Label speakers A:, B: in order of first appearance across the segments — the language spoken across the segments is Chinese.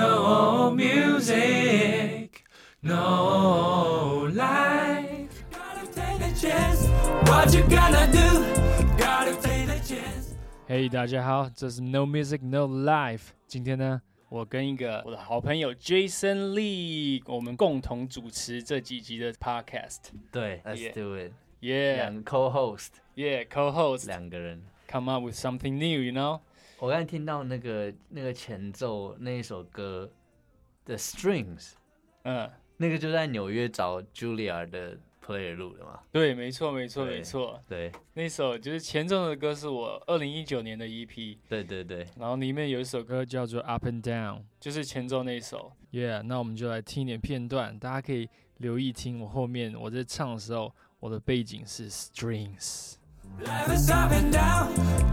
A: no music, no life. Gotta take the chance. What you gonna do? Gotta take the chance.
B: 嘿、大家好，这是 No Music No Life。今天呢，
C: 我跟一个我的好朋友 Jason Lee，我们共同主持这几集的 podcast。
D: 对
C: Yeah
D: ，Let's do it。两
C: Yeah,
D: 个 co-host，
C: yeah, co-host
D: 两个人。
C: come up with something new, you know?
D: 我刚才听到那个那个前奏那一首歌的 strings，
C: 嗯，
D: 那个就在纽约找 Julia 的 player 录的嘛。
C: 对，没错，没错，
D: 对
C: 没错。
D: 对，
C: 那首就是前奏的歌是我二零一九年的 EP，
D: 对对对，
C: 然后里面有一首歌
B: 歌叫做 Up and Down。
C: 就是前奏那一首。
B: Yeah，那我们就来听一点片段，大家可以留意听。我后面我在唱的时候，我的背景是 strings。
A: Life is up and down.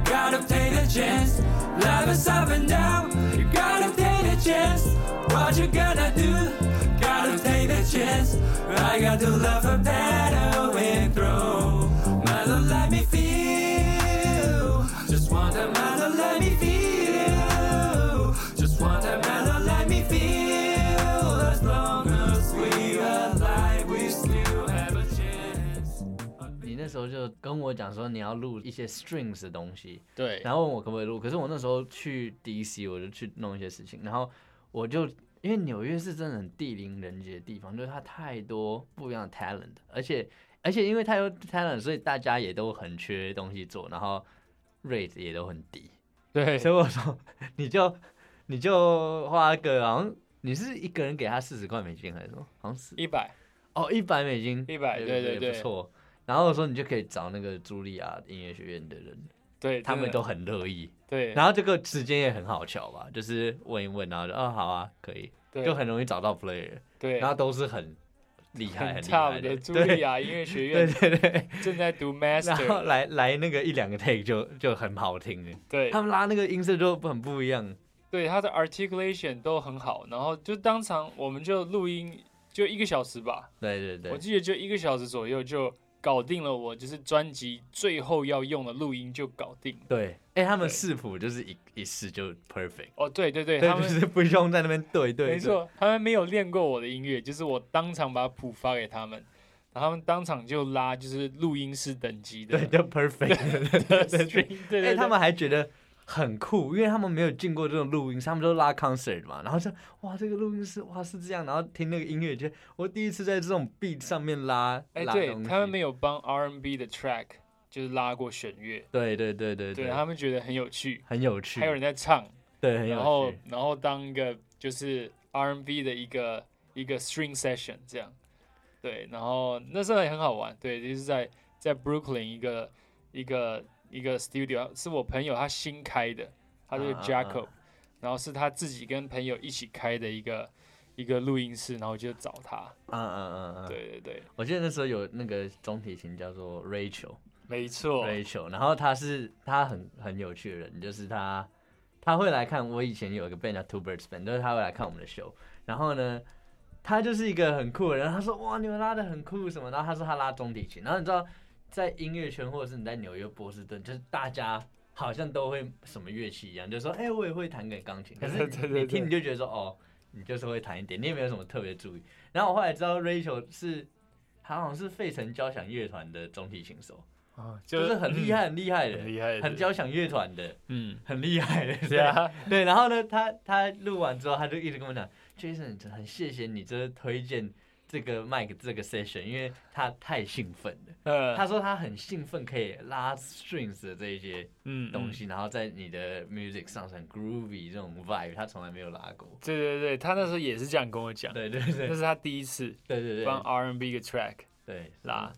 A: Gotta take the chance. Life is up and down. You gotta take the chance. What you gonna do? Gotta take the chance. I got to love a better way through. My love, let me feel. Just want that my love, let me feel. Just want that my love, let me feel. As long as we are alive, we still have a chance.
D: 你那时候就跟我讲说你要录一些 strings 的东西，
C: 对，
D: 然后问我可不可以录。可是我那时候去 DC，我就去弄一些事情，然后我就因为纽约是真的很地灵人杰的地方，就是它太多不一样的 talent，而且而且因为太多 talent，所以大家也都很缺东西做，然后 rate 也都很低，
C: 对，
D: 所以我说你就你就花个好像你是一个人给他四十块美金还是什么，好像是
C: 一百，
D: 哦，一百美
C: 100
D: 金，
C: 对对
D: 对
C: 对
D: 不错。然后说你就可以找那个茱莉亚音乐学院的人，
C: 对，
D: 他
C: 真
D: 们
C: 的
D: 都很乐意。
C: 对，
D: 然后这个时间也很好巧吧，就是问一问，然后就啊好啊，可以，
C: 对
D: 就很容易找到 player，
C: 对，
D: 然后都是很厉害
C: 很
D: 厉
C: 差
D: 害
C: 的啊茱
D: 对
C: 莉亚音乐学院
D: 对对对，
C: 正在读
D: 然
C: master，
D: 后来来那个一两个 take 就就很好听了，
C: 对，
D: 他们拉那个音色就很不一样，
C: 对他的 articulation 都很好，然后就当场我们就录音就一个小时吧，
D: 对对
C: 我
D: 对，
C: 记得就一个小时左右就搞定了我就是专辑最后要用的录音就搞定了。
D: 对，哎，他们
C: 对
D: 视谱就是一一试就 perfect，
C: 哦，对对对，
D: 对，
C: 他
D: 就
C: 们
D: 是不用在那边对对，
C: 没错，他们没有练过我的音乐，就是我当场把谱发给他们，然后他们当场就拉就是录音室等级的
D: 对，就 perfect，对对对
C: string，对对
D: 哎、
C: 对，
D: 他们还觉得很酷，因为他们没有进过这种录音室，他们都拉 concert 嘛，然后就哇，这个录音室哇是这样，然后听那个音乐，觉得我第一次在这种 beat 上面拉，
C: 哎，
D: 拉
C: 对
D: 东西
C: 他们没有帮 R&B 的 track 就是拉过弦乐，
D: 对对对对
C: 对他们觉得很有趣，
D: 很有趣，
C: 还有人在唱。
D: 对很
C: 然后
D: 有趣，嗯
C: 然后当一个就是 R&B 的一个一个 string session 这样，对，然后那时候也很好玩，对，就是在在 Brooklyn 一个一个一个 studio 是我朋友他新开的，他就是
D: 啊啊啊
C: Jacob，、然后是他自己跟朋友一起开的一个一个录音室，然后我就找他，
D: 嗯嗯嗯嗯，
C: 对对对，
D: 我记得那时候有那个中提琴叫做 Rachel，
C: 没错，
D: Rachel，然后他是他很很有趣的人，就是他他会来看我以前有一个 band 叫 Two Birds Band，就是他会来看我们的 show。然后呢，他就是一个很酷的人，他说哇你们拉的很酷什么，然后他说他拉中提琴，然后你知道在音乐圈或者是你在纽约波士顿，就是大家好像都会什么乐器一样，就说哎、我也会弹个钢琴，可是
C: 对对
D: 你
C: 对
D: 你听你就觉得说哦你就是会弹一点，你也没有什么特别注意。然后我后来知道 Rachel 是。他好像是费城交响乐团的中提琴手，
C: 啊，就嗯
D: 就是很厉害、很厉害的，
C: 很厉害的
D: 很交响乐团的，
B: 嗯，
D: 很厉害的，
C: 对 啊，
D: 对。然后呢，他他录完之后，他就一直跟我讲，Jason 很谢谢你，就是推荐这个 Mike 这个 session，因为他太兴奋了。
C: 呃，
D: 他说他很兴奋，可以拉 strings 的这一些
B: 嗯
D: 东西，然后在你的 music 上很 groovy 这种 vibe，他从来没有拉过。
C: 对对对，他那时候也是这样跟我讲，
D: 对对
C: 那
D: 对
C: 是他第一次
D: 对对
C: 帮
D: 对
C: R&B 一个 track。
D: 对
C: 啦。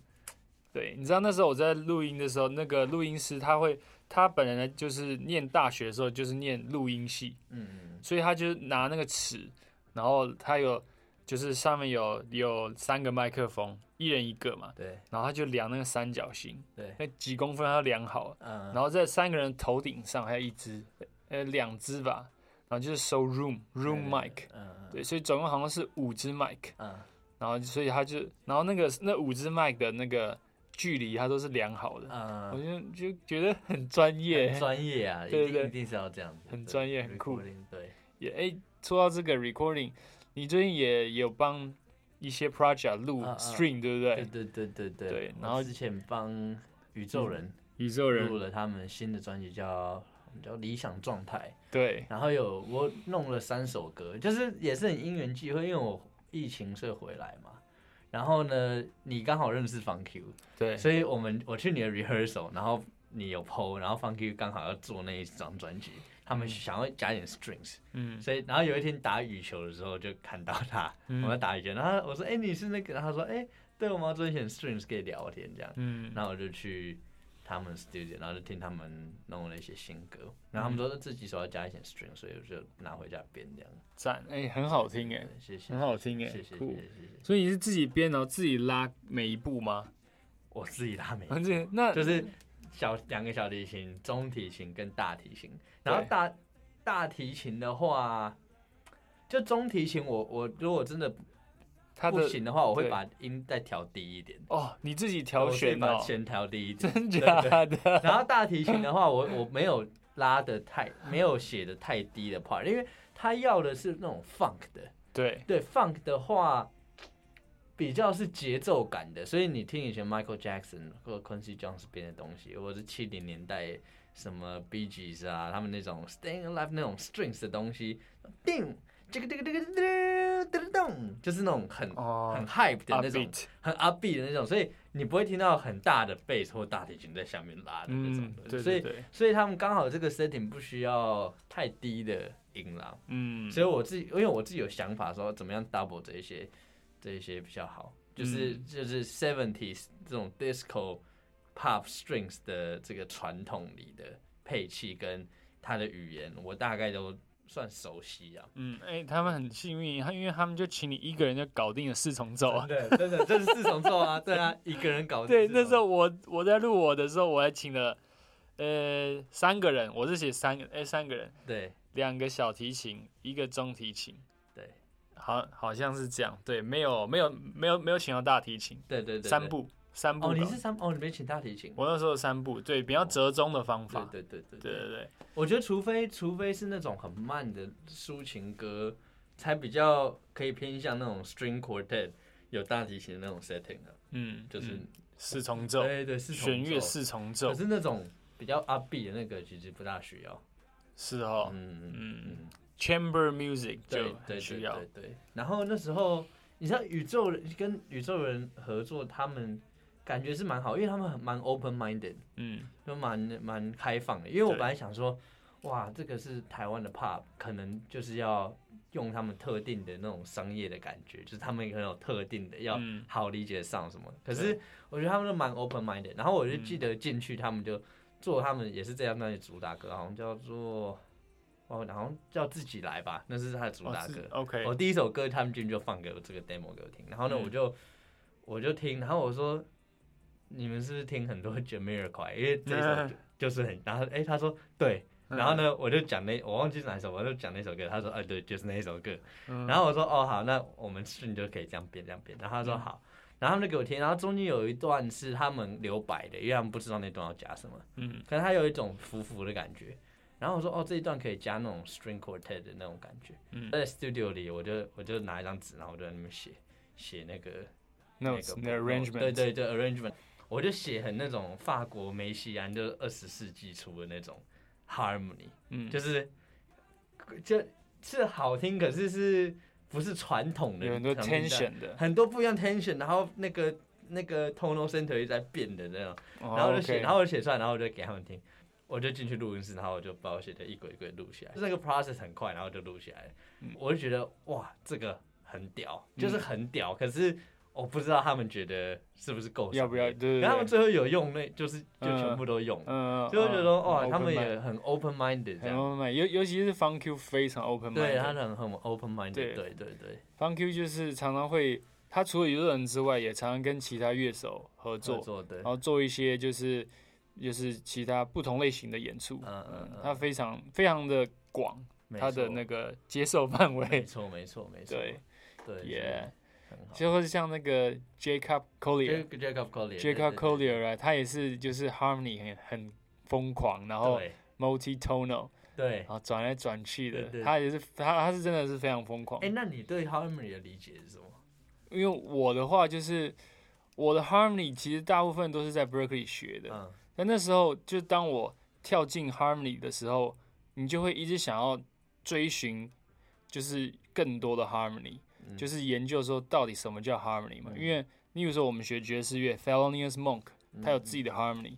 C: 对，你知道那时候我在录音的时候，那个录音师他会，他本人就是念大学的时候就是念录音系，
D: 嗯嗯
C: 所以他就拿那个尺，然后他有就是上面有有三个麦克风，一人一个嘛，
D: 对
C: 然后他就量那个三角形，
D: 对
C: 那几公分他都量好了，
D: 嗯
C: 然后在三个人头顶上还有一只，呃两只吧，然后就是收 room room mic，
D: 嗯
C: 对，所以总共好像是五只 mic。
D: 嗯
C: 然后所以他就，然后那个那五支麦的那个距离，他都是量好的，我
D: 嗯，
C: 就就觉得很专业
D: 很。专业啊，一
C: 对对
D: 定
C: 对
D: 一定是要这样子，
C: 很专业很酷
D: 对 recording，对。
C: 也哎，说到这个 recording，你最近也有帮一些 project 录
D: 啊啊
C: string，、对不对？
D: 对对对对对
C: 对
D: 我
C: 然后嗯
D: 之前帮宇宙人
C: 宇宙
D: 录
C: 人，
D: 了他们新的专辑叫叫理想状态，
C: 对
D: 然后有我弄了三首歌，就是也是很因缘际会，因为我疫情所以回来嘛。然后呢，你刚好认识方 Q，
C: 对
D: 所以我们我去你的 rehearsal，然后你有 PO，然后方 Q 刚好要做那一张专辑，他们想要加点 strings，
C: 嗯
D: 所以然后有一天打羽球的时候就看到他，
C: 嗯
D: 我在打羽球，然后我说哎、你是那个，然后他说哎、对，我们要做一些 strings 可以聊天这样，
C: 嗯
D: 然后我就去他们 studio，然后就听他们弄了一些新歌，然后
C: 嗯
D: 他们说自己手要加一些 string，所以我就拿回家编这样。
C: 赞，哎、很好听哎、
D: 对，谢谢，
C: 很好听哎、
D: 谢谢，谢谢，
C: 酷
D: 谢。 谢。
C: 所以你是自己编，然后自己拉每一步吗？
D: 我自己拉美，
C: 反正那
D: 就是小两个小提琴、中提琴跟大提琴，然后
C: 对
D: 大大提琴的话，就中提琴我我如果真的
C: 他
D: 不
C: 的
D: 行的话，我会
C: 对
D: 把音再调低一点，
C: 哦，你自己挑
D: 我自己
C: 选
D: 把
C: 的、
D: 弦调低一点，
C: 哦真
D: 对
C: 假
D: 对
C: 的？
D: 然后大提琴的话，我我没有拉的太，没有写的太低的 part，因为他要的是那种 funk 的，
C: 对，
D: 对 funk 的话，比较是节奏感的，所以你听以前 Michael Jackson 或者 Quincy Jones 编的东西，或者是七零年代什么 Bee Gees 啊，他们那种 Staying Alive 那种 strings 的东西，叮，这个这个这个这个这个咚，就是那种很、
C: 哦
D: 很 hype 的那种
C: Upbeat
D: 很 upbeat 的那种，所以你不会听到很大的 bass 或大提琴在下面拉的那种
C: 嗯
D: 东，西，
C: 对
D: 所
C: 对
D: 以
C: 对，
D: 所以他们刚好这个 setting 不需要太低的音啦，
C: 嗯，
D: 所以我自己，因为我自己有想法说怎么样 double 这一些，这一些比较好，就是、
C: 嗯
D: 就是 seventies 这种 disco pop strings 的这个传统里的配器跟它的语言，我大概都算熟悉啊。
C: 嗯，哎、他们很幸运，他因为他们就请你一个人就搞定了四重奏啊。
D: 对，真的，这是四重奏啊，对啊，一个人搞定
C: 对，
D: 四重
C: 那时候
D: 奏
C: 我我在录我的时候，我还请了呃三个人，我是写三个，哎、三个人，
D: 对
C: 两个小提琴，一个中提琴，
D: 对
C: 好好像是这样。对，没有没有没有没有请到大提琴，
D: 对对对，对
C: 三。部三部
D: 哦，
C: 搞定。
D: 你是三哦，你没请大提琴。
C: 我那时候三部，对，比较折中的方
D: 对
C: 法。
D: 对对对
C: 对对对，
D: 我觉得除非除非是那种很慢的抒情歌，才比较可以偏向那种 string quartet 有大提琴的那种 setting 的，
C: 嗯，
D: 就是、哎
C: 嗯四重奏，
D: 对对是
C: 弦乐
D: 是，
C: 四重奏
D: 可，是那种比较 upbeat 的那个其实不大需要。
C: 是哦，
D: 嗯嗯
C: 嗯
D: 嗯，
C: ，chamber music
D: 对
C: 就
D: 对
C: 很需
D: 对
C: 要
D: 对，对。然后那时候你知道宇宙人跟宇宙人合作，他们感觉是蛮好，因为他们很蛮 open minded。
C: 嗯
D: 就蛮蛮开放的，因为我
C: 对
D: 本来想说，哇，这个是台湾的 pub，可能就是要用他们特定的那种商业的感觉，就是他们很有特定的要
C: 嗯
D: 好理解上什么。可
C: 对嗯
D: 是我觉得他们都蛮 open minded，然后我就记得进去他们就做他们也是这样那些主打歌，好像叫做哦，好像叫自己来吧，那是他的主
C: 哦
D: 打
C: 是
D: 歌。
C: ，OK，
D: 我第一首歌他们进去就放给我这个 demo 给我听，然后呢、
C: 嗯
D: 我就我就听，然后我说你们是不是听很多 Jamiroquai？因为这一首
C: 嗯
D: 就就是很，然后哎、他说对，
C: 嗯
D: 然后呢我就讲那我忘记是哪一首，我就讲那首歌，他说哎、对，就是那一首歌，
C: 嗯
D: 然后我说哦好，那我们顺就可以这样编这样编，然后他说
C: 嗯
D: 好，然后他们就给我听，然后中间有一段是他们留白的，因为他们不知道那段要加什么。
C: 嗯
D: 可能它有一种浮浮的感觉。然后我说哦，这一段可以加那种 string quartet 的那种感觉。
C: 嗯
D: 在 studio 里，我就我就拿一张纸，然后我就在那边写写那个那个
C: ，notes 那 arrangement，
D: 对对对 arrangement，我就写很那种法国梅西安，就是二十世纪初的那种 harmony，、
C: 嗯，
D: 就是就是好听，可是是不是传统的
C: 有很多
D: 常听到
C: tension 的，
D: 很多不一样 tension，然后那个那个 tonal center 一直在变的那种。然
C: 然
D: 后我就写，然后我就写出来，然后我就给他们听，我就进去录音室，然后我就把我写的一轨一轨录起来，就那个 process 很快，然后就录起来了
C: 嗯
D: 我就觉得哇，这个很屌，
C: 嗯
D: 就是很屌，可是我不知道他们觉得是不是够，
C: 要不要？？对对，
D: 然后他们
C: 对
D: 最后有用，那就是就
C: 嗯
D: 全部都用，
C: 嗯，
D: 所以我觉得哇，他们
C: open mind
D: 也很 open minded 这
C: 很
D: 样，
C: open mind，尤尤其是 Fun Q 非常 open mind，
D: 对，他很很 open minded，
C: 对
D: 对对对，
C: Fun Q 就是常常会，他除了娱乐人之外，也常常跟其他乐手合作，
D: 做做对
C: 然，后做一哦些就是就是其他不同类型的演出。
D: 嗯嗯嗯
C: 他非常非常的广，
D: 没
C: 他的
D: 错
C: 那个接受范
D: 没
C: 围，
D: 错没错没错，
C: 对，
D: 对，
C: 耶，
D: 所以很好。
C: 就或是像那个 Jacob Collier。
D: Jacob Jacob Collier，对
C: Jacob
D: 对对
C: Collier 啊，他也是就是 harmony 很很疯狂，然后
D: 对
C: multi tonal，
D: 对
C: 然，后转来转去的，
D: 对对
C: 他也是他他是真的是非常疯狂。
D: 哎、那你对 Harmony 的理解是什么？
C: 因为我的话就是我的 harmony 其实大部分都是在 Berkeley 学的，
D: 嗯，
C: 但那时候就当我跳进 harmony 的时候，你就会一直想要追寻，就是更多的 harmony，、
D: 嗯
C: 就是研究说到底什么叫 harmony 嘛。
D: 嗯
C: 因为你比如说我们学爵士乐，Thelonious Monk 他有
D: 嗯
C: 自己的 harmony，、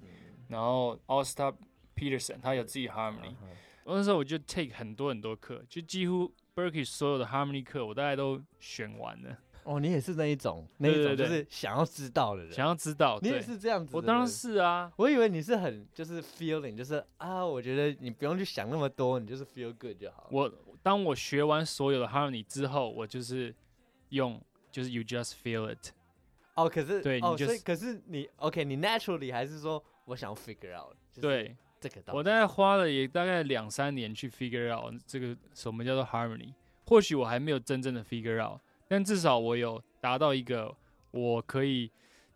C: 然后 a l s t a r Peterson 他有自己的 harmony，、
D: 嗯
C: 我那时候我就 take 很多很多课，就几乎 Berkeley 所有的 harmony 课我大概都选完了，
D: 哦，你也是那一种，那一
C: 对
D: 种
C: 对
D: 就
C: 对
D: 是想要知道的人，
C: 想要知道。
D: 你
C: 对
D: 也是这样子。
C: 我当然，是啊，
D: 我以为你是很就是 feeling，就是啊，我觉得你不用去想那么多，你就是 feel good 就好了。
C: 我当我学完所有的 harmony 之后，我就是用就是 you just feel it，
D: 哦，可是
C: 对你
D: 哦，
C: 就
D: 所以
C: 是
D: 可是你 OK，你 naturally 还是说我想要 figure out，就是
C: 对
D: 这个道
C: 我
D: 理。
C: 大概花了也大概两三年去 figure out 这个什么叫做 harmony，或许我还没有真正的 figure out，但至少我有达到一个我可以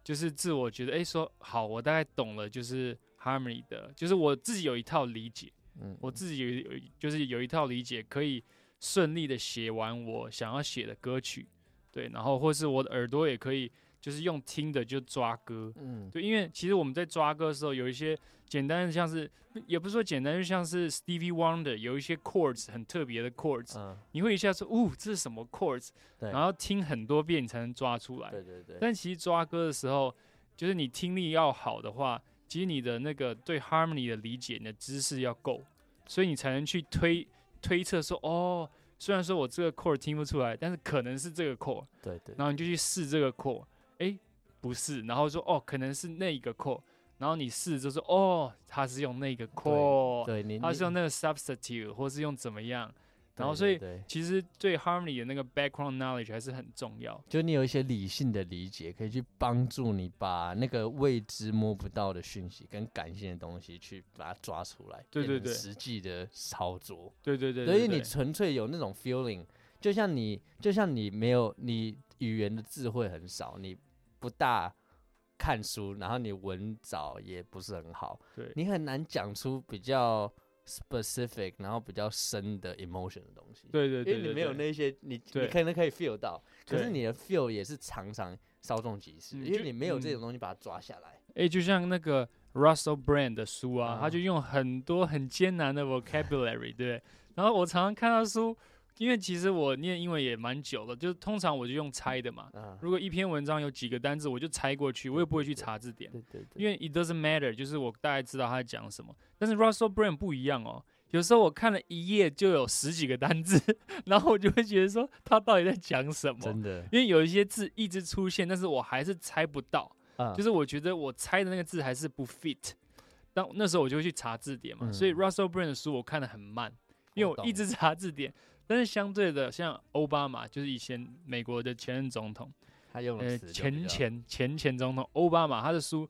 C: 就是自我觉得哎、诶说好，我大概懂了，就是 harmony 的，就是我自己有一套理解。
D: 嗯
C: 我自己有一有一就是有一套理解，可以顺利的写完我想要写的歌曲，对，然后或是我的耳朵也可以就是用听的就抓歌，
D: 嗯
C: 对，因为其实我们在抓歌的时候有一些简单的像是，也不是说简单，就像是 Stevie Wonder 有一些 chords 很特别的 chords，、
D: 嗯，
C: 你会一下说，呜，这是什么 chords，
D: 对
C: 然后听很多遍你才能抓出来，
D: 对对对，
C: 但其实抓歌的时候，就是你听力要好的话，其实你的那个对 harmony 的理解，你的知识要够，所以你才能去推推测说，哦，虽然说我这个 chord 听不出来，但是可能是这个 chord，
D: 对对，
C: 然后你就去试这个 chord，诶，不是，然后说哦，可能是那一个 chord，然后你试就说哦，他是用那个 chord，
D: 对你
C: 他是用
D: 那，
C: 那个 substitute，或是用怎么样，然后
D: 对
C: 所以
D: 对对
C: 其实对 harmony 的那个 background knowledge 还是很重要。
D: 就你有一些理性的理解，可以去帮助你把那个未知摸不到的讯息跟感性的东西去把它抓出来，
C: 对对
D: 变
C: 对
D: 成实际的操作。
C: 对对对
D: 所
C: 对
D: 以你
C: 对
D: 纯粹有那种 feeling，就像你，就像你没有你语言的智慧很少，你不大看书，然后你文藻也不是很好，
C: 对
D: 你很难讲出比较 specific，然后比较深的 emotion 的东西。
C: 对对对，
D: 因为
C: 对
D: 你没有
C: 对
D: 那些，你你
C: 对
D: 可能可以 feel 到，可是
C: 对
D: 你的 feel 也是常常稍纵即逝，
C: 嗯
D: 因为
C: 就
D: 你没有这
C: 嗯
D: 种东西把它抓下来。
C: 诶，就像那个 Russell Brand 的书啊，
D: 啊
C: 他就用很多很艰难的 vocabulary，对不对。然后我常常看他书，因为其实我念英文也蛮久了，就是通常我就用猜的嘛。
D: 啊，
C: 如果一篇文章有几个单字，我就猜过去，我也不会去查字典，
D: 对对对，
C: 因为 it doesn't matter，就是我大概知道他在讲什么。但是 Russell Brand 不一样哦，有时候我看了一页就有十几个单字， 然后我就会觉得说他到底在讲什么，
D: 真的，
C: 因为有一些字一直出现，但是我还是猜不到。
D: 啊
C: 就是我觉得我猜的那个字还是不 fit。当那时候我就会去查字典嘛，
D: 嗯
C: 所以 Russell Brand 的书我看的很慢，因为
D: 我
C: 我
D: 懂
C: 一直查字典。但是相对的，像奥巴马就是以前美国的前任总统，
D: 他用
C: 呃，
D: 的词就比
C: 前
D: 较
C: 前前前总统奥巴马，他的书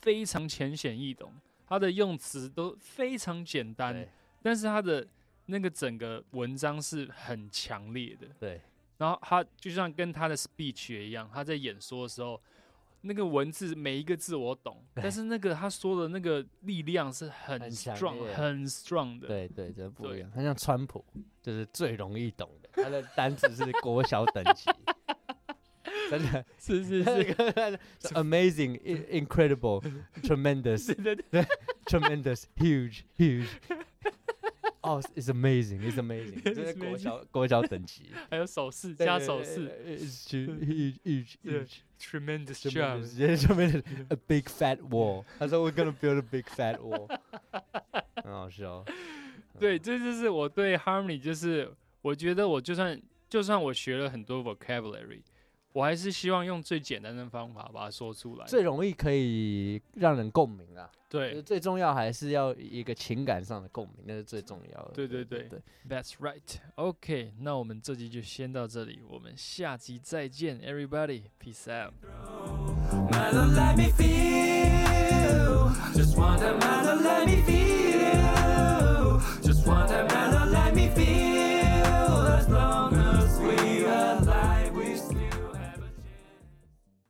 C: 非常浅显易懂，他的用词都非常简单
D: 对，
C: 但是他的那个整个文章是很强烈的。
D: 对，
C: 然后他就像跟他的 speech 也一样，他在演说的时候，那个文字每一个字我 懂，但是那个他说的那个力量是很
D: 很强
C: strong
D: 烈
C: 很 strong 的。
D: 对对，真的不一
C: 对
D: 样。他像川普，就是最容易懂的，他的单词是国小等级，真 的
C: 是是
D: 是
C: 是，
D: 个 amazing, i- incredible, tremendous,
C: 对对
D: tremendous, huge, huge. 哦、oh,，it's amazing, it's amazing，这是
C: It's
D: 国
C: amazing
D: 小国小等级，
C: 还有手势
D: 对
C: 加
D: 对
C: 手
D: 对
C: 势
D: 呃，it's huge, huge, huge,
C: 对
D: huge.
C: ，tremendous job。
D: Tremendous, tremendous, a big fat wall. 他说 "We're gonna build a big fat wall." 很好笑。
C: 哎
D: 嗯
C: 对，这就是我对 harmony，就是我觉得我就算就算我学了很多 vocabulary，我还是希望用最简单的方法把它说出来。
D: 最容易可以让人共鸣啊。
C: 对
D: 最重要还是要一个情感上的共鸣，那是最重要的。
C: 对对对
D: 对，
C: That's right. OK，那我们这集就先到这里，我们下集再见，everybody. Peace out.
A: My love, let me feel.